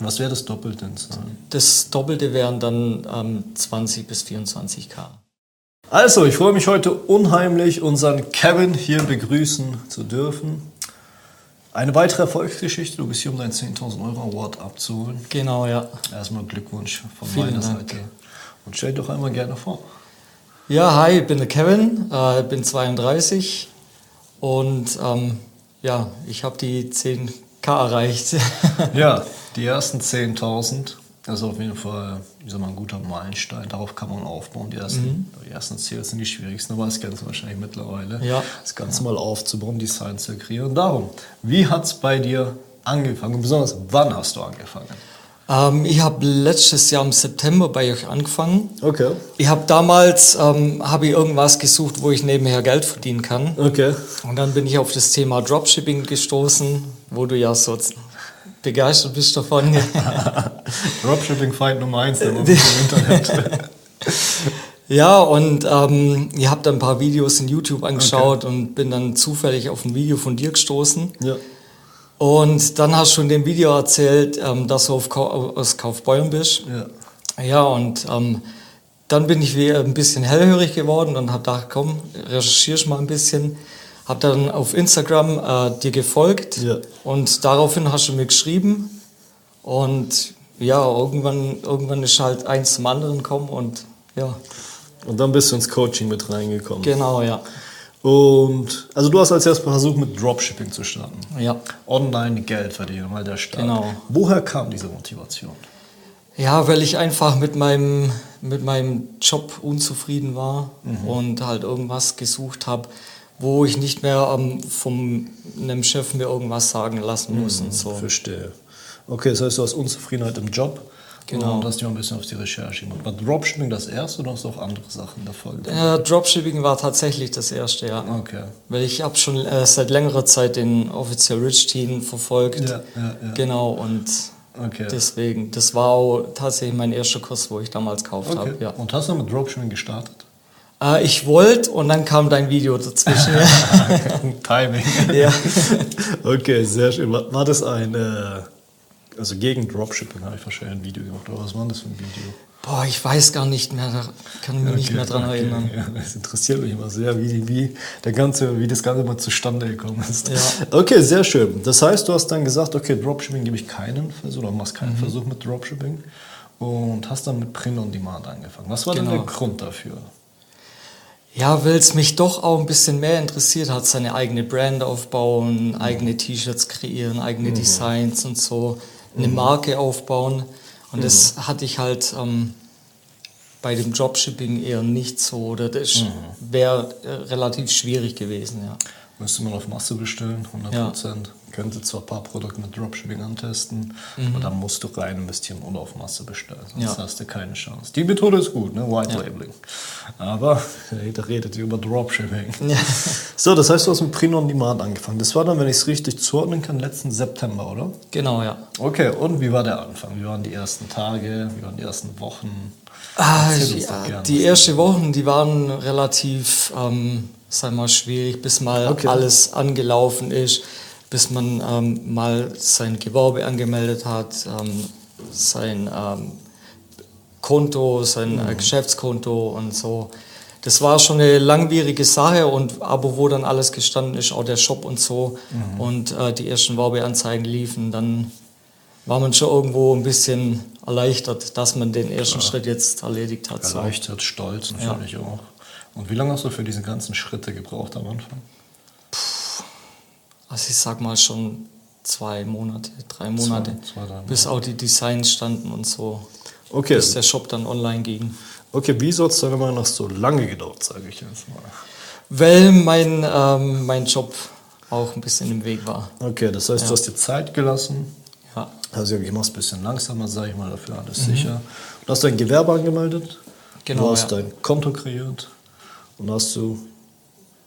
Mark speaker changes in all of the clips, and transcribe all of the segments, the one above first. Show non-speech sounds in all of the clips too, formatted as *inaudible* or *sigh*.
Speaker 1: Was wäre das Doppelte in Zahlen?
Speaker 2: Das Doppelte wären dann ähm, 20 bis 24 K.
Speaker 1: Also, ich freue mich heute unheimlich, unseren Kevin hier begrüßen zu dürfen. Eine weitere Erfolgsgeschichte. Du bist hier, um deinen 10.000 Euro Award abzuholen.
Speaker 2: Genau, ja.
Speaker 1: Erstmal Glückwunsch von
Speaker 2: Vielen
Speaker 1: meiner
Speaker 2: Dank.
Speaker 1: Seite. Und stell dich doch einmal gerne vor.
Speaker 2: Ja, hi, ich bin der Kevin, äh, bin 32 und ähm, ja, ich habe die 10K erreicht. *laughs*
Speaker 1: Ja, die ersten 10.000, das ist auf jeden Fall, ich sag mal, ein guter Meilenstein. Darauf kann man aufbauen. Die ersten, die ersten Ziele sind die schwierigsten, aber das kennst du wahrscheinlich mittlerweile.
Speaker 2: Ja.
Speaker 1: Das Ganze mal aufzubauen, die Zahlen zu kreieren. Darum, wie hat es bei dir angefangen? Und besonders, wann hast du angefangen?
Speaker 2: ähm, ich habe letztes Jahr im September bei euch angefangen.
Speaker 1: Okay,
Speaker 2: Ich habe damals ähm, hab ich irgendwas gesucht, wo ich nebenher Geld verdienen kann.
Speaker 1: okay.
Speaker 2: Und dann bin ich auf das Thema Dropshipping gestoßen, wo du ja so z- begeistert bist *laughs* davon.
Speaker 1: Dropshipping Fight Nummer 1 im *laughs* Internet.
Speaker 2: ja, und ähm, ich habe dann ein paar Videos in YouTube angeschaut und bin dann zufällig auf ein Video von dir gestoßen.
Speaker 1: ja.
Speaker 2: Und dann hast du in dem Video erzählt, ähm, dass du auf Kau aus Kaufbeuren bist.
Speaker 1: ja.
Speaker 2: Ja, und ähm, dann bin ich wieder ein bisschen hellhörig geworden und habe gedacht, komm, recherchierst mal ein bisschen. Habe dann auf Instagram äh, dir gefolgt
Speaker 1: Ja.
Speaker 2: und daraufhin hast du mir geschrieben. Und ja, irgendwann, irgendwann ist halt eins zum anderen gekommen und ja,
Speaker 1: Und dann bist du ins Coaching mit reingekommen.
Speaker 2: genau, ja.
Speaker 1: Und also du hast als erstes versucht, mit Dropshipping zu starten.
Speaker 2: Ja,
Speaker 1: online Geld verdienen, weil der Staat.
Speaker 2: Genau.
Speaker 1: Woher kam diese Motivation?
Speaker 2: ja weil ich einfach mit meinem, mit meinem Job unzufrieden war
Speaker 1: Mhm.
Speaker 2: und halt irgendwas gesucht habe, wo ich nicht mehr ähm, vom einem Chef mir irgendwas sagen lassen muss
Speaker 1: Mhm.
Speaker 2: und so.
Speaker 1: Verstehe. Okay, das heißt, du hast Unzufriedenheit im Job.
Speaker 2: Genau.
Speaker 1: Und hast dich mal ein bisschen auf die Recherche gemacht. War Dropshipping das erste oder hast du auch andere Sachen davon?
Speaker 2: Äh, Dropshipping war tatsächlich das erste, ja.
Speaker 1: Okay.
Speaker 2: Weil ich habe schon äh, seit längerer Zeit den Official Rich Team verfolgt.
Speaker 1: Ja, ja, ja.
Speaker 2: Genau, und
Speaker 1: Okay.
Speaker 2: deswegen, das war auch tatsächlich mein erster Kurs, wo ich damals gekauft
Speaker 1: okay.
Speaker 2: habe. Ja.
Speaker 1: Und hast du mit Dropshipping *laughs* gestartet?
Speaker 2: Äh, ich wollte und dann kam dein
Speaker 1: *laughs*
Speaker 2: Video dazwischen.
Speaker 1: Timing. *laughs*
Speaker 2: ja.
Speaker 1: Okay, sehr schön. War, war das ein. äh, also gegen Dropshipping habe ich wahrscheinlich ein Video gemacht. Oder was war denn das für ein Video?
Speaker 2: Boah, ich weiß gar nicht mehr, da kann ich mich nicht
Speaker 1: Okay,
Speaker 2: mehr dran
Speaker 1: okay,
Speaker 2: erinnern.
Speaker 1: Ja, das interessiert mich immer sehr, wie, wie, der ganze, wie das Ganze mal zustande gekommen ist.
Speaker 2: Ja.
Speaker 1: Okay, sehr schön. Das heißt, du hast dann gesagt, okay, Dropshipping gebe ich keinen Versuch oder machst
Speaker 2: Mhm.
Speaker 1: keinen Versuch mit Dropshipping und hast dann mit Print on Demand angefangen. Was war denn
Speaker 2: Genau.
Speaker 1: der Grund dafür?
Speaker 2: Ja, weil es mich doch auch ein bisschen mehr interessiert hat, seine eigene Brand
Speaker 1: Mhm.
Speaker 2: aufbauen, eigene T-Shirts kreieren, eigene Designs und so, eine
Speaker 1: Mhm.
Speaker 2: Marke aufbauen. Und das hatte ich halt ähm, bei dem Dropshipping eher nicht so. Oder das
Speaker 1: Mhm.
Speaker 2: wäre äh, relativ schwierig gewesen, ja. *laughs*
Speaker 1: Müsste man auf Masse bestellen, 100%. Könnte zwar ein paar Produkte mit Dropshipping antesten, aber da musst du rein investieren und auf Masse bestellen. Sonst
Speaker 2: Mhm. Ja.
Speaker 1: hast du keine Chance. Die Methode ist gut, ne? White Labeling. Aber *laughs* da redet ihr über Dropshipping.
Speaker 2: ja.
Speaker 1: So, das heißt, du hast mit Print on Demand angefangen. Das war dann, wenn ich es richtig zuordnen kann, letzten September, oder?
Speaker 2: Genau, ja.
Speaker 1: Okay, und wie war der Anfang? Wie waren die ersten Tage? Wie waren die ersten Wochen?
Speaker 2: Ah,
Speaker 1: Erzähl uns doch
Speaker 2: ja,
Speaker 1: gerne.
Speaker 2: die ersten Wochen, die waren relativ, ähm, sag mal, schwierig, bis mal
Speaker 1: Okay.
Speaker 2: alles angelaufen ist, bis man ähm, mal sein Gewerbe angemeldet hat, ähm, sein ähm, Konto, sein
Speaker 1: Mhm.
Speaker 2: äh, Geschäftskonto und so. Das war schon eine langwierige Sache und aber wo dann alles gestanden ist, auch der Shop und so
Speaker 1: Mhm.
Speaker 2: und äh, die ersten Werbeanzeigen liefen, dann war man schon irgendwo ein bisschen erleichtert, dass man den ersten Schritt jetzt erledigt hat. So.
Speaker 1: Erleichtert, stolz natürlich auch. Und wie lange hast du für diese ganzen Schritte gebraucht am Anfang?
Speaker 2: Also ich sag mal schon zwei Monate, drei Monate,
Speaker 1: zwei, drei
Speaker 2: bis auch die Designs standen und so,
Speaker 1: Okay, also,
Speaker 2: bis der Shop dann online ging.
Speaker 1: okay wie soll es deiner Meinung nach so lange gedauert, sage ich jetzt mal?
Speaker 2: Weil mein, ähm, mein Job auch ein bisschen im Weg war.
Speaker 1: Okay, das heißt, du hast dir Zeit gelassen.
Speaker 2: Ja.
Speaker 1: Also ich mach's ein bisschen langsamer, sage ich mal, dafür alles sicher. Du hast dein Gewerbe angemeldet.
Speaker 2: Mhm. Genau,
Speaker 1: Du hast
Speaker 2: ja.
Speaker 1: dein Konto kreiert und hast du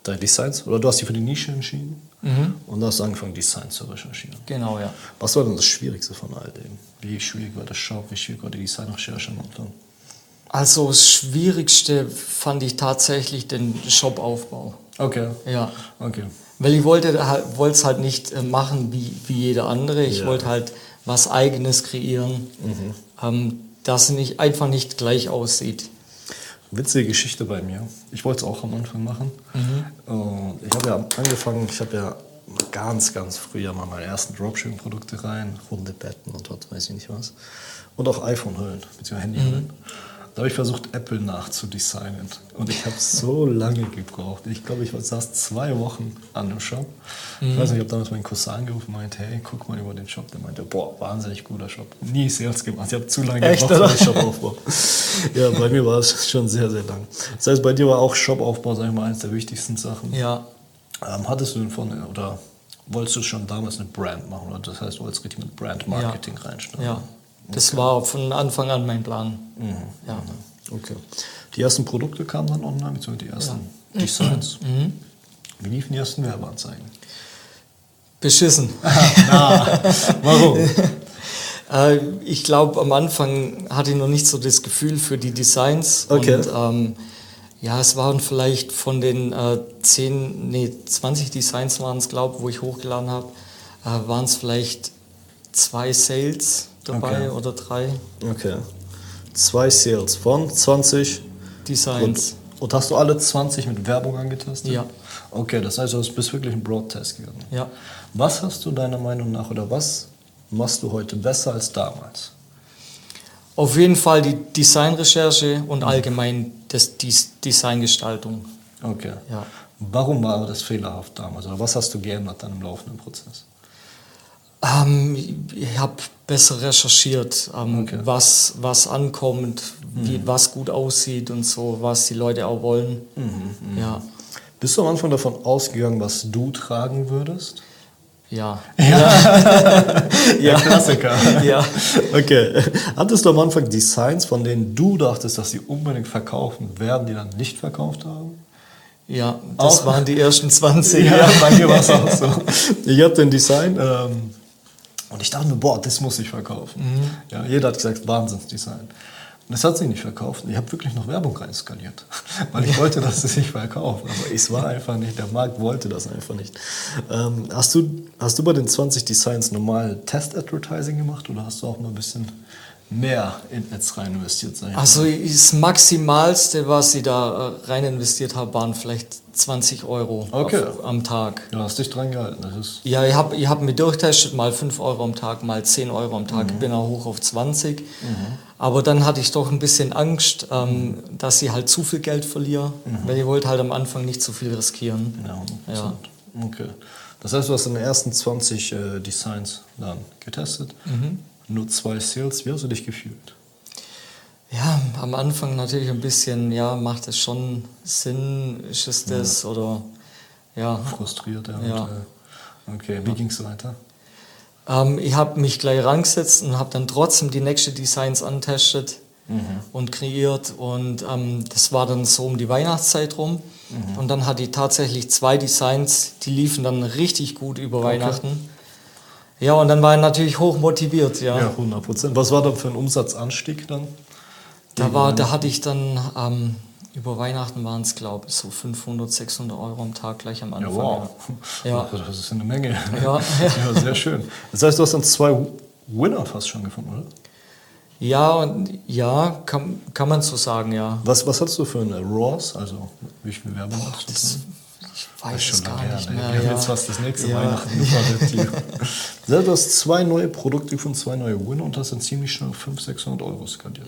Speaker 1: deine Designs oder du hast dich für die Nische entschieden
Speaker 2: Mhm.
Speaker 1: und hast angefangen, Designs zu recherchieren.
Speaker 2: Genau, ja.
Speaker 1: Was war denn das Schwierigste von all dem? Wie schwierig war der Shop? Wie schwierig war die Designrecherche am Anfang?
Speaker 2: Also das Schwierigste fand ich tatsächlich den Shopaufbau.
Speaker 1: Okay.
Speaker 2: Ja.
Speaker 1: Okay.
Speaker 2: halt Weil ich wollte es halt nicht äh, machen wie, wie jeder andere. Ich
Speaker 1: Ja.
Speaker 2: wollte halt was Eigenes kreieren, ähm, das nicht, einfach nicht gleich aussieht.
Speaker 1: Witzige Geschichte bei mir. Ich wollte es auch am Anfang machen. Und ich habe ja angefangen, ich habe ja ganz, ganz früh ja mal meine ersten Dropshipping-Produkte rein, runde Betten und was weiß ich nicht was. Und auch iPhone-Hüllen, beziehungsweise Handy-Hüllen. Da habe ich versucht, Apple nachzudesignen. Und ich habe so lange gebraucht. Ich glaube, ich saß zwei Wochen an dem Shop. Ich weiß nicht, ich habe damals meinen Cousin angerufen und meinte, hey, guck mal über den Shop. Der meinte, boah, wahnsinnig guter Shop. Nie Sales gemacht. Ich habe zu lange
Speaker 2: Echt,
Speaker 1: gebraucht,
Speaker 2: oder?
Speaker 1: für den Shopaufbau. *laughs* ja, bei mir war es schon sehr, sehr lang. Das heißt, bei dir war auch Shopaufbau, sag ich mal, eines der wichtigsten Sachen.
Speaker 2: Ja,
Speaker 1: Ähm, hattest du denn von, oder wolltest du schon damals eine Brand machen? Oder das heißt, du wolltest richtig mit Brand Marketing reinsteigen?
Speaker 2: ja. Das war von Anfang an mein Plan. Ja.
Speaker 1: Okay. Die ersten Produkte kamen dann online, beziehungsweise die ersten Designs. Wie liefen die ersten Werbeanzeigen?
Speaker 2: Beschissen.
Speaker 1: *laughs* Na, warum?
Speaker 2: Äh, ich glaube, am Anfang hatte ich noch nicht so das Gefühl für die Designs.
Speaker 1: Okay.
Speaker 2: Und, ähm, ja, es waren vielleicht von den äh, 10, nee, 20 Designs waren es, glaube ich, wo ich hochgeladen habe, äh, waren es vielleicht zwei Sales
Speaker 1: Okay.
Speaker 2: dabei oder drei
Speaker 1: Okay. Zwei Sales von 20.
Speaker 2: Designs.
Speaker 1: Und, und hast du alle 20 mit Werbung angetestet?
Speaker 2: Ja.
Speaker 1: Okay, das heißt, du bist wirklich ein Broad-Test gegangen.
Speaker 2: Ja.
Speaker 1: Was hast du deiner Meinung nach oder was machst du heute besser als damals?
Speaker 2: Auf jeden Fall die Designrecherche und allgemein das, die Designgestaltung.
Speaker 1: Okay.
Speaker 2: Ja.
Speaker 1: Warum war das fehlerhaft damals? Oder was hast du geändert dann im laufenden Prozess?
Speaker 2: Ähm, ich habe besser recherchiert, ähm,
Speaker 1: Okay. Mhm.
Speaker 2: was, was ankommt, wie, was gut aussieht und so, was die Leute auch wollen.
Speaker 1: Mhm,
Speaker 2: Ja,
Speaker 1: Bist du am Anfang davon ausgegangen, was du tragen
Speaker 2: *laughs*
Speaker 1: würdest? *laughs*
Speaker 2: ja,
Speaker 1: Ja, Klassiker.
Speaker 2: *laughs* ja.
Speaker 1: Okay. Hattest du am Anfang Designs, von denen du dachtest, dass sie unbedingt verkaufen werden, die dann nicht verkauft haben?
Speaker 2: ja. Das
Speaker 1: Auch-
Speaker 2: waren die ersten 20.
Speaker 1: Ja,
Speaker 2: ja.
Speaker 1: bei mir *laughs* war es auch so. Ich hatte ein Design ähm, und ich dachte mir, boah, das muss ich verkaufen. Ja, jeder hat gesagt, Wahnsinnsdesign. Und das hat sich nicht verkauft. Und Ich habe wirklich noch Werbung reinskaliert, *laughs* weil ich wollte, dass es sich verkauft. Aber es war einfach nicht, der Markt wollte das einfach nicht. Ähm, hast, du, hast du bei den 20 Designs normal Test-Advertising gemacht oder hast du auch mal ein bisschen mehr in Ads rein investiert? sag ich mal?
Speaker 2: Also das Maximalste, was sie da äh, rein investiert haben, waren vielleicht 20 Euro
Speaker 1: Okay.
Speaker 2: auf, am Tag.
Speaker 1: Du hast dich dran gehalten. Das ist
Speaker 2: Ja, ich habe ich hab mir durchtestet, mal 5 Euro am Tag, mal 10 Euro am Tag, bin auch hoch auf 20. Aber dann hatte ich doch ein bisschen Angst, ähm, dass ich halt zu viel Geld verliere, weil ich wollte halt am Anfang nicht zu viel riskieren.
Speaker 1: Ja, 100%.
Speaker 2: Ja.
Speaker 1: Okay. Das heißt, du hast in den ersten 20 äh, Designs dann getestet.
Speaker 2: Mhm.
Speaker 1: Nur zwei Sales. Wie hast du dich gefühlt?
Speaker 2: Ja, am Anfang natürlich ein bisschen, ja, macht es schon Sinn, ist es das oder ja.
Speaker 1: Frustriert, ja.
Speaker 2: Ja.
Speaker 1: Und, äh, okay, wie ging es weiter?
Speaker 2: Ähm, ich habe mich gleich rangesetzt und habe dann trotzdem die nächste Designs antestet
Speaker 1: Mhm.
Speaker 2: und kreiert. Und ähm, das war dann so um die Weihnachtszeit rum.
Speaker 1: Mhm.
Speaker 2: Und dann hatte ich tatsächlich zwei Designs, die liefen dann richtig gut über Weihnachten. Ja, und dann war ich natürlich hoch motiviert, ja.
Speaker 1: 100 Prozent. Was war dann für ein Umsatzanstieg dann?
Speaker 2: Da, war, da hatte ich dann ähm, über Weihnachten waren es, glaube ich, so 500, 600 Euro am Tag gleich am
Speaker 1: Ja,
Speaker 2: Anfang.
Speaker 1: wow. Also,
Speaker 2: Ja.
Speaker 1: Das ist eine Menge.
Speaker 2: Ja.
Speaker 1: *laughs* ja, sehr schön. Das heißt, du hast dann zwei Winner fast schon gefunden, oder?
Speaker 2: Ja, und, ja kann, kann man so sagen, ja.
Speaker 1: Was, was hattest du für eine Raws? Also, wie viel Werbung hast du?
Speaker 2: Das, ich weiß
Speaker 1: Schon
Speaker 2: es
Speaker 1: lange
Speaker 2: gar
Speaker 1: her,
Speaker 2: nicht
Speaker 1: ne?
Speaker 2: mehr.
Speaker 1: Wir haben
Speaker 2: ja.
Speaker 1: jetzt fast das nächste
Speaker 2: Ja.
Speaker 1: Weihnachten gefordert *laughs* hier. Ja, Du hast zwei neue Produkte von zwei neue Winner und hast dann ziemlich schnell auf 500, 600 Euro skaliert.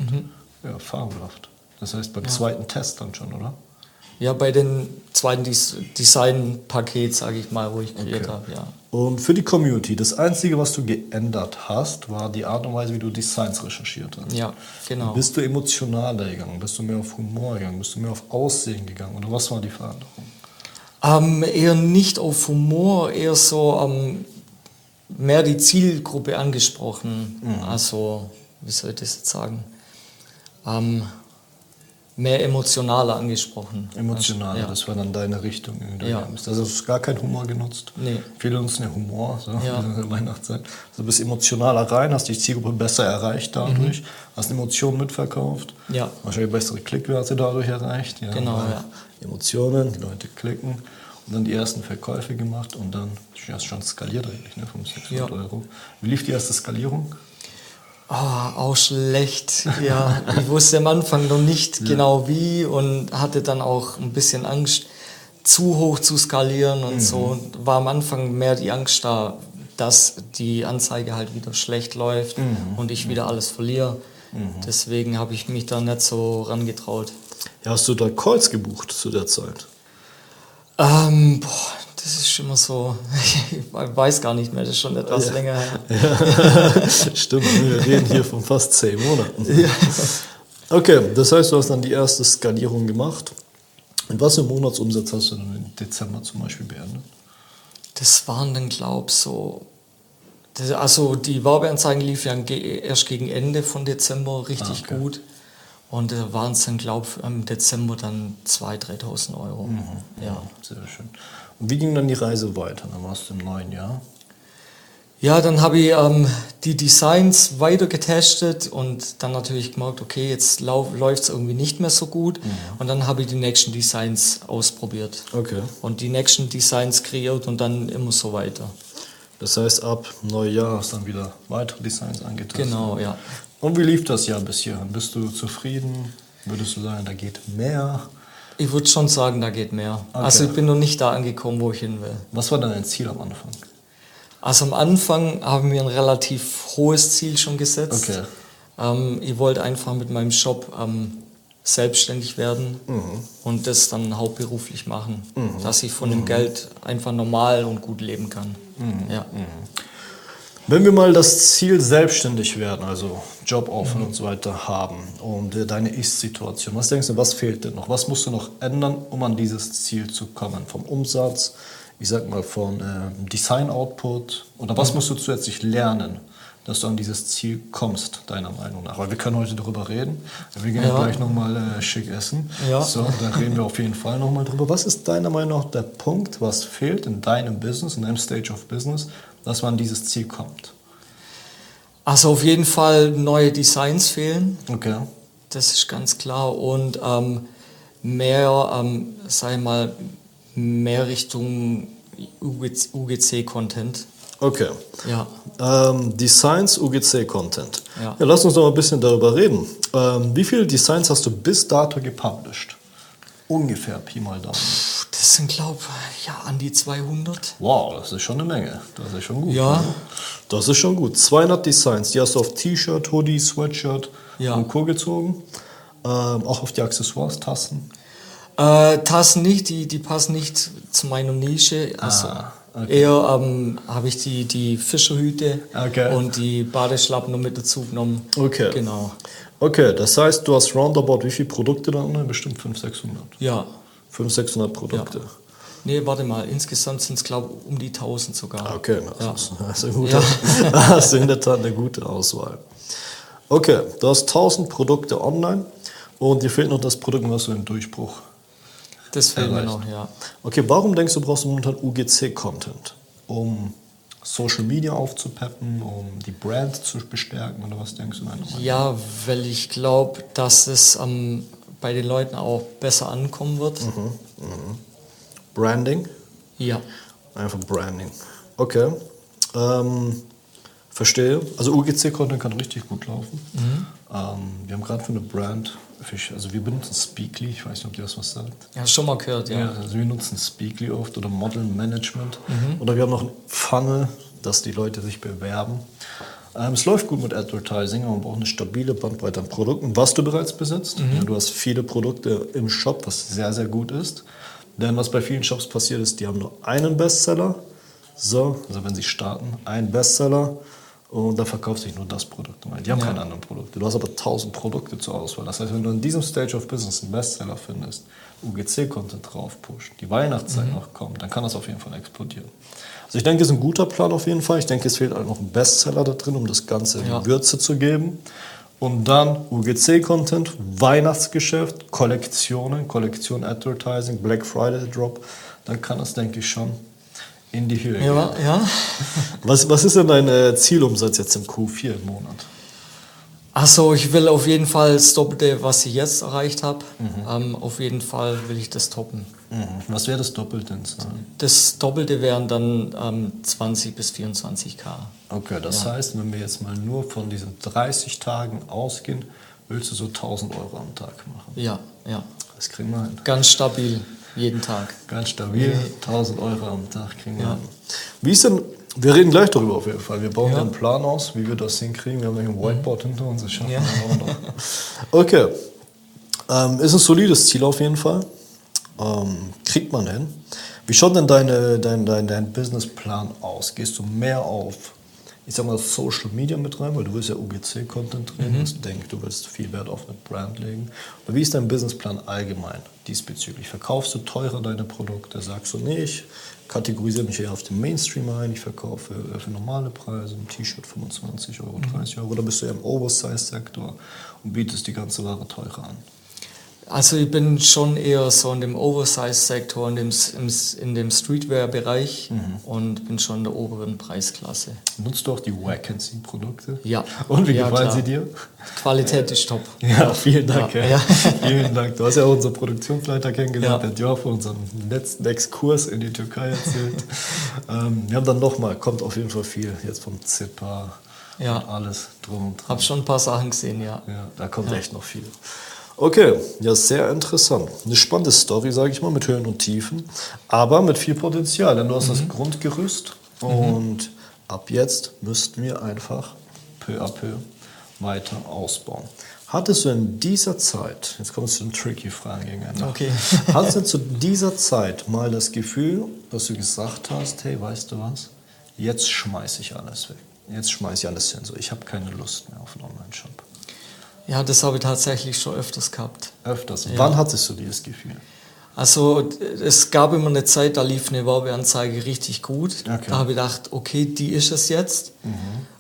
Speaker 1: Ja, fabelhaft. Das heißt beim zweiten Test dann schon, oder?
Speaker 2: Ja, bei den zweiten Des Design-Paket, sage ich mal, wo ich kreiert
Speaker 1: Okay.
Speaker 2: habe, ja.
Speaker 1: Und für die Community, das Einzige, was du geändert hast, war die Art und Weise, wie du Designs recherchiert hast.
Speaker 2: Ja, genau.
Speaker 1: Bist du emotionaler gegangen? Bist du mehr auf Humor gegangen? Bist du mehr auf Aussehen gegangen? Oder was war die Veränderung?
Speaker 2: Ähm, eher nicht auf Humor, eher so ähm, mehr die Zielgruppe angesprochen.
Speaker 1: Mhm.
Speaker 2: Also, wie soll ich das jetzt sagen? Ähm, mehr emotionaler angesprochen. Also,
Speaker 1: Emotional,
Speaker 2: Ja.
Speaker 1: das war dann deine Richtung. in der
Speaker 2: Ja.
Speaker 1: du bist. Also hast du gar keinen Humor genutzt.
Speaker 2: Nee.
Speaker 1: Viele nutzen ja Humor, so *laughs*
Speaker 2: Ja.
Speaker 1: in der Weihnachtszeit. Also du bist emotionaler rein, hast die Zielgruppe besser erreicht dadurch, hast Emotionen mitverkauft,
Speaker 2: Mhm. Ja.
Speaker 1: wahrscheinlich bessere Klickwerte dadurch erreicht. Ja,
Speaker 2: Genau,
Speaker 1: weil
Speaker 2: ja.
Speaker 1: Emotionen, die Leute klicken. Dann die ersten Verkäufe gemacht und dann ja, ist schon skaliert eigentlich, ne, 500
Speaker 2: Ja.
Speaker 1: Euro. Wie lief die erste Skalierung?
Speaker 2: Ah, auch schlecht, ja. Ich wusste am Anfang noch nicht genau wie und hatte dann auch ein bisschen Angst, zu hoch zu skalieren und so. Und war am Anfang mehr die Angst da, dass die Anzeige halt wieder schlecht läuft und ich wieder alles verliere. Deswegen habe ich mich da nicht so rangetraut.
Speaker 1: Ja, hast du da Calls gebucht zu der Zeit?
Speaker 2: Ähm, boah, das ist immer so, *laughs* ich weiß gar nicht mehr, das ist schon etwas
Speaker 1: Ja.
Speaker 2: länger her.
Speaker 1: *laughs* Stimmt, wir reden hier von fast zehn Monaten. Okay, das heißt, du hast dann die erste Skalierung gemacht. Und was für einen Monatsumsatz hast du dann im Dezember zum Beispiel beendet?
Speaker 2: Das waren dann, glaub so. Das, also die Werbeanzeigen liefen ja ge- erst gegen Ende von Dezember richtig
Speaker 1: Ah, okay.
Speaker 2: gut. Und da waren es dann, glaube ich, im Dezember dann 2.000, 3.000 Euro.
Speaker 1: Mhm.
Speaker 2: Ja.
Speaker 1: Sehr schön. Und wie ging dann die Reise weiter? Dann warst du im neuen Jahr.
Speaker 2: ja, dann habe ich ähm, die Designs weiter getestet und dann natürlich gemerkt, okay, jetzt läuft es irgendwie nicht mehr so gut.
Speaker 1: Mhm.
Speaker 2: Und dann habe ich die nächsten Designs ausprobiert.
Speaker 1: Okay.
Speaker 2: Und die nächsten Designs kreiert und dann immer so weiter.
Speaker 1: Das heißt, ab Neujahr hast du dann wieder weitere Designs angetastet.
Speaker 2: Genau, ja.
Speaker 1: Und wie lief das Jahr bis hierhin? Bist du zufrieden? Würdest du sagen, da geht mehr?
Speaker 2: Ich würde schon sagen, da geht mehr.
Speaker 1: Okay.
Speaker 2: Also ich bin noch nicht da angekommen, wo ich hin will.
Speaker 1: Was war dein Ziel am Anfang?
Speaker 2: Also am Anfang haben wir ein relativ hohes Ziel schon gesetzt.
Speaker 1: Okay.
Speaker 2: Ähm, ich wollte einfach mit meinem Shop ähm, selbstständig werden
Speaker 1: Mhm.
Speaker 2: und das dann hauptberuflich machen, dass ich von dem
Speaker 1: Mhm.
Speaker 2: Geld einfach normal und gut leben kann. Ja.
Speaker 1: Mhm. Wenn wir mal das Ziel selbstständig werden, also Job offen und so weiter haben und äh, deine Ist-Situation, was denkst du, was fehlt denn noch? Was musst du noch ändern, um an dieses Ziel zu kommen? Vom Umsatz, ich sag mal von ähm, Design-Output oder was musst du zusätzlich lernen, dass du an dieses Ziel kommst, deiner Meinung nach? Weil wir können heute darüber reden. Wir gehen ja.
Speaker 2: Ja.
Speaker 1: gleich nochmal äh, schick essen.
Speaker 2: Ja.
Speaker 1: So, da reden wir auf jeden Fall nochmal drüber. Was ist deiner Meinung nach der Punkt, was fehlt in deinem Business, in deinem Stage of Business, dass man an dieses Ziel kommt?
Speaker 2: Also auf jeden Fall neue Designs fehlen.
Speaker 1: Okay.
Speaker 2: Das ist ganz klar. Und ähm, mehr, ähm, sag ich mal, mehr Richtung UGC-Content.
Speaker 1: Okay.
Speaker 2: Ja.
Speaker 1: Ähm, Designs, UGC-Content.
Speaker 2: Ja.
Speaker 1: Ja, lass uns noch mal ein bisschen darüber reden. Ähm, wie viele Designs hast du bis dato gepublished? Ungefähr Pi mal Daumen.
Speaker 2: Puh, das sind, glaube ich, ja, an die 200.
Speaker 1: Wow, das ist schon eine Menge. Das ist schon gut.
Speaker 2: Ja.
Speaker 1: ne? Das ist schon gut. 200 Designs, die hast du auf T-Shirt, Hoodie, Sweatshirt
Speaker 2: Ja.
Speaker 1: und Co. gezogen. Ähm, auch auf die Accessoires, Tassen.
Speaker 2: Äh, Tassen nicht, die, die passen nicht zu meiner Nische. Also
Speaker 1: Ah, okay.
Speaker 2: Eher ähm, habe ich die, die Fischerhüte
Speaker 1: Okay.
Speaker 2: und die Badeschlappen noch mit dazu genommen.
Speaker 1: Okay.
Speaker 2: Genau.
Speaker 1: Okay, das heißt, du hast roundabout wie viele Produkte da online? Bestimmt 500, 600.
Speaker 2: Ja.
Speaker 1: 500, 600 Produkte.
Speaker 2: Nee, warte mal. Insgesamt sind es, glaube ich, um die 1000 sogar.
Speaker 1: Ah, Okay, das
Speaker 2: Ja.
Speaker 1: ist, das, ist eine gute,
Speaker 2: Ja.
Speaker 1: *laughs* das ist in der Tat eine gute Auswahl. Okay, du hast 1000 Produkte online und dir fehlt noch das Produkt, was du im Durchbruch.
Speaker 2: Das fehlt mir
Speaker 1: Erreicht.
Speaker 2: noch, ja.
Speaker 1: Okay, warum denkst du, brauchst du momentan UGC-Content? Um Social Media aufzupeppen, um die Brand zu bestärken oder was denkst du? Nein, nochmal.
Speaker 2: Ja, weil ich glaube, dass es ähm, bei den Leuten auch besser ankommen wird.
Speaker 1: Branding?
Speaker 2: Ja.
Speaker 1: Einfach Branding. Okay. Ähm, verstehe. Also UGC-Content kann richtig gut laufen. Ähm, wir haben gerade für eine Brand, für- also wir benutzen Speakly, ich weiß nicht, ob dir das was sagt.
Speaker 2: Ja, schon mal gehört, ja.
Speaker 1: Ja, also wir nutzen Speakly oft oder Model Management. Oder wir haben noch einen Funnel, dass die Leute sich bewerben. Ähm, es läuft gut mit Advertising, aber man braucht eine stabile Bandbreite an Produkten, was du bereits besitzt. Ja, du hast viele Produkte im Shop, was sehr, sehr gut ist. Denn was bei vielen Shops passiert ist, die haben nur einen Bestseller. So, also wenn sie starten, einen Bestseller. Und da verkauft sich nur das Produkt. Die haben
Speaker 2: Ja.
Speaker 1: keine anderen Produkte. Du hast aber 1000 Produkte zur Auswahl. Das heißt, wenn du in diesem Stage of Business einen Bestseller findest, UGC-Content draufpusht, die
Speaker 2: Mhm.
Speaker 1: Weihnachtszeit noch kommt, dann kann das auf jeden Fall explodieren. Also ich denke, es ist ein guter Plan auf jeden Fall. Ich denke, es fehlt halt noch ein Bestseller da drin, um das Ganze
Speaker 2: Ja.
Speaker 1: die Würze zu geben. Und dann UGC-Content, Weihnachtsgeschäft, Kollektionen, Kollektion Advertising, Black Friday Drop. Dann kann das, denke ich, schon in die Höhe gehen.
Speaker 2: Ja, ja.
Speaker 1: Was, was ist denn dein äh, Zielumsatz jetzt im Q4 im Monat?
Speaker 2: Also ich will auf jeden Fall das Doppelte, was ich jetzt erreicht habe. Ähm, auf jeden Fall will ich das toppen.
Speaker 1: Mhm. Was wäre das Doppelte in Zahlen?
Speaker 2: Das Doppelte wären dann ähm, 20 bis 24k.
Speaker 1: Okay, das heißt, wenn wir jetzt mal nur von diesen 30 Tagen ausgehen, willst du so 1000 Euro am Tag machen.
Speaker 2: Ja, ja.
Speaker 1: Das kriegen wir hin.
Speaker 2: Ganz stabil, jeden Tag.
Speaker 1: Ganz stabil, 1000 Euro am Tag kriegen wir hin. Wie ist denn, wir reden gleich darüber auf jeden Fall. Wir bauen
Speaker 2: Ja.
Speaker 1: einen Plan aus, wie wir das hinkriegen. Wir haben hier ein Whiteboard hinter uns, das schaffen
Speaker 2: Ja.
Speaker 1: wir auch noch.
Speaker 2: *laughs*
Speaker 1: Okay, ähm, ist ein solides Ziel auf jeden Fall. Ähm, kriegt man hin. Wie schaut denn deine, dein, dein, dein Businessplan aus? Gehst du mehr auf, ich sag mal, Social Media mit rein, weil du willst ja UGC-Content drehen, ich denke, du willst viel Wert auf eine Brand legen. Aber wie ist dein Businessplan allgemein diesbezüglich? Verkaufst du teurer deine Produkte? Sagst du, nee, ich kategorisiere mich eher auf den Mainstream ein, ich verkaufe äh, für normale Preise ein T-Shirt 25 Euro, 30 Euro, oder bist du eher im Oversize-Sektor und bietest die ganze Ware teurer an?
Speaker 2: Also ich bin schon eher so in dem Oversize-Sektor, in dem, S- im, S- in dem Streetwear-Bereich und bin schon in der oberen Preisklasse.
Speaker 1: Nutzt du auch die Wackensy-Produkte?
Speaker 2: Ja.
Speaker 1: Und wie
Speaker 2: Ja,
Speaker 1: gefallen
Speaker 2: klar.
Speaker 1: sie dir?
Speaker 2: Qualität ist top.
Speaker 1: Ja, vielen Dank.
Speaker 2: Ja.
Speaker 1: Ja.
Speaker 2: Ja.
Speaker 1: *laughs* Vielen Dank. Du hast ja auch unseren Produktionsleiter kennengelernt,
Speaker 2: Ja.
Speaker 1: der hat ja auch von unserem letzten Exkurs in die Türkei erzählt. ähm, wir haben dann nochmal, kommt auf jeden Fall viel jetzt vom Zipper
Speaker 2: Ja.
Speaker 1: und alles drum und dran.
Speaker 2: Hab schon ein paar Sachen gesehen, ja.
Speaker 1: Ja, da kommt echt noch viel. Okay, ja, sehr interessant. Eine spannende Story, sage ich mal, mit Höhen und Tiefen, aber mit viel Potenzial, denn du hast
Speaker 2: Mhm.
Speaker 1: das Grundgerüst und ab jetzt müssten wir einfach peu à peu weiter ausbauen. Hattest du in dieser Zeit, jetzt kommst du zu den tricky Fragen gegen Ende.
Speaker 2: Okay.
Speaker 1: *laughs* Hattest du zu dieser Zeit mal das Gefühl, dass du gesagt hast, hey, weißt du was, jetzt schmeiße ich alles weg. Jetzt schmeiße ich alles hin. So, ich habe keine Lust mehr auf einen Online-Shop.
Speaker 2: Ja, das habe ich tatsächlich schon öfters gehabt.
Speaker 1: Öfters. Wann hattest du dieses Gefühl?
Speaker 2: Also d- es gab immer eine Zeit, da lief eine Werbeanzeige richtig gut.
Speaker 1: Okay.
Speaker 2: Da habe ich gedacht, okay, die ist es jetzt.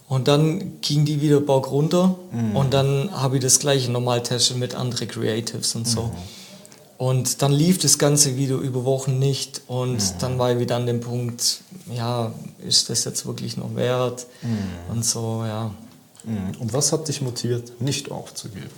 Speaker 2: Und dann ging die wieder Bock runter und dann habe ich das gleiche normal testet mit anderen Creatives und so. Und dann lief das ganze Video über Wochen nicht und dann war ich wieder an dem Punkt, ja, ist das jetzt wirklich noch wert und so, ja.
Speaker 1: Hm, Und was hat dich motiviert, nicht aufzugeben?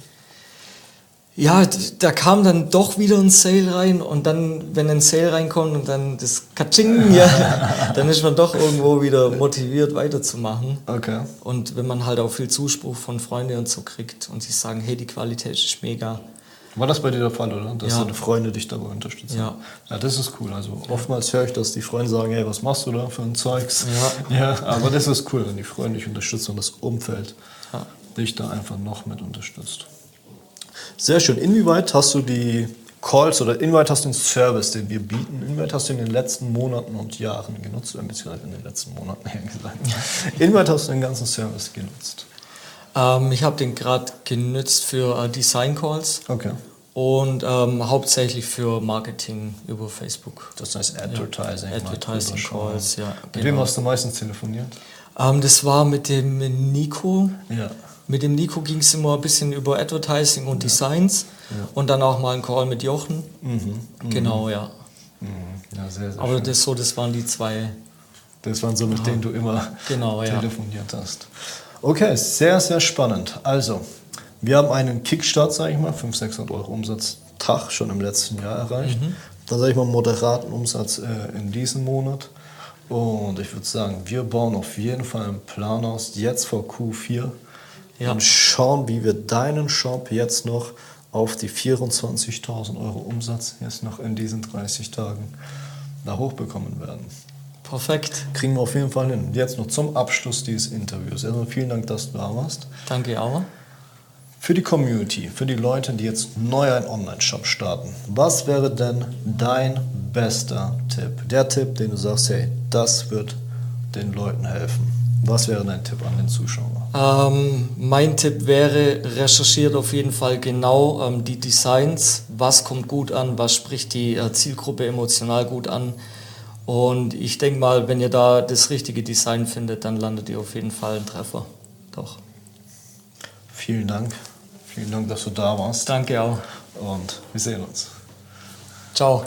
Speaker 2: Ja, d- da kam dann doch wieder ein Sale rein und dann, wenn ein Sale reinkommt und dann das Katsching, ja, dann ist man doch irgendwo wieder motiviert weiterzumachen.
Speaker 1: Okay.
Speaker 2: Und wenn man halt auch viel Zuspruch von Freunden und so kriegt und die sagen, hey, die Qualität ist mega.
Speaker 1: War das bei dir der Fall, oder? Dass
Speaker 2: Ja.
Speaker 1: deine Freunde dich dabei unterstützen?
Speaker 2: Ja.
Speaker 1: Ja, das ist cool. Also oftmals höre ich, dass die Freunde sagen, hey, was machst du da für ein Zeugs?
Speaker 2: Ja.
Speaker 1: *laughs* ja aber das ist cool, wenn die Freunde dich unterstützen und das Umfeld
Speaker 2: Ja.
Speaker 1: dich da einfach noch mit unterstützt. Sehr schön. Inwieweit hast du die Calls oder inwieweit hast du den Service, den wir bieten, inwieweit hast du ihn in den letzten Monaten und Jahren genutzt, äh, beziehungsweise in den letzten Monaten, *laughs* eher gesagt, inwieweit hast du den ganzen Service genutzt?
Speaker 2: Ähm, ich habe den gerade genützt für äh, Design Calls
Speaker 1: Okay.
Speaker 2: und ähm, hauptsächlich für Marketing über Facebook.
Speaker 1: Das heißt Advertising. mal
Speaker 2: Advertising
Speaker 1: überschauen.
Speaker 2: Calls, ja,
Speaker 1: Mit
Speaker 2: genau.
Speaker 1: wem hast du meistens telefoniert?
Speaker 2: Ähm, das war mit dem Nico.
Speaker 1: Ja.
Speaker 2: Mit dem Nico ging es immer ein bisschen über Advertising und Designs und dann auch mal ein Call mit Jochen. Genau, ja.
Speaker 1: Ja, sehr, sehr
Speaker 2: Aber
Speaker 1: schön.
Speaker 2: das so, das waren die zwei.
Speaker 1: Das waren so, mit denen du immer
Speaker 2: Genau, ja.
Speaker 1: telefoniert hast. Okay, sehr, sehr spannend. Also, wir haben einen Kickstart, sage ich mal, 500, 600 Euro Umsatztag schon im letzten Jahr erreicht.
Speaker 2: Mhm.
Speaker 1: Dann sage ich mal einen moderaten Umsatz äh, in diesem Monat. Und ich würde sagen, wir bauen auf jeden Fall einen Plan aus, jetzt vor Q4.
Speaker 2: Ja.
Speaker 1: Und schauen, wie wir deinen Shop jetzt noch auf die 24.000 Euro Umsatz jetzt noch in diesen 30 Tagen da hochbekommen werden
Speaker 2: Perfekt.
Speaker 1: kriegen wir auf jeden Fall hin. Jetzt noch zum Abschluss dieses Interviews. Erstmal vielen Dank, dass du da warst.
Speaker 2: Danke auch.
Speaker 1: Für die Community, für die Leute, die jetzt neu einen Online-Shop starten, was wäre denn dein bester Tipp? Der Tipp, den du sagst, hey, das wird den Leuten helfen. Was wäre dein Tipp an den Zuschauer?
Speaker 2: Ähm, mein Tipp wäre, recherchiert auf jeden Fall genau ähm, die Designs, was kommt gut an, was spricht die äh, Zielgruppe emotional gut an. Und ich denke mal, wenn ihr da das richtige Design findet, dann landet ihr auf jeden Fall einen Treffer. Doch.
Speaker 1: Vielen Dank. Vielen Dank, dass du da warst.
Speaker 2: Danke auch.
Speaker 1: Und wir sehen uns.
Speaker 2: Ciao.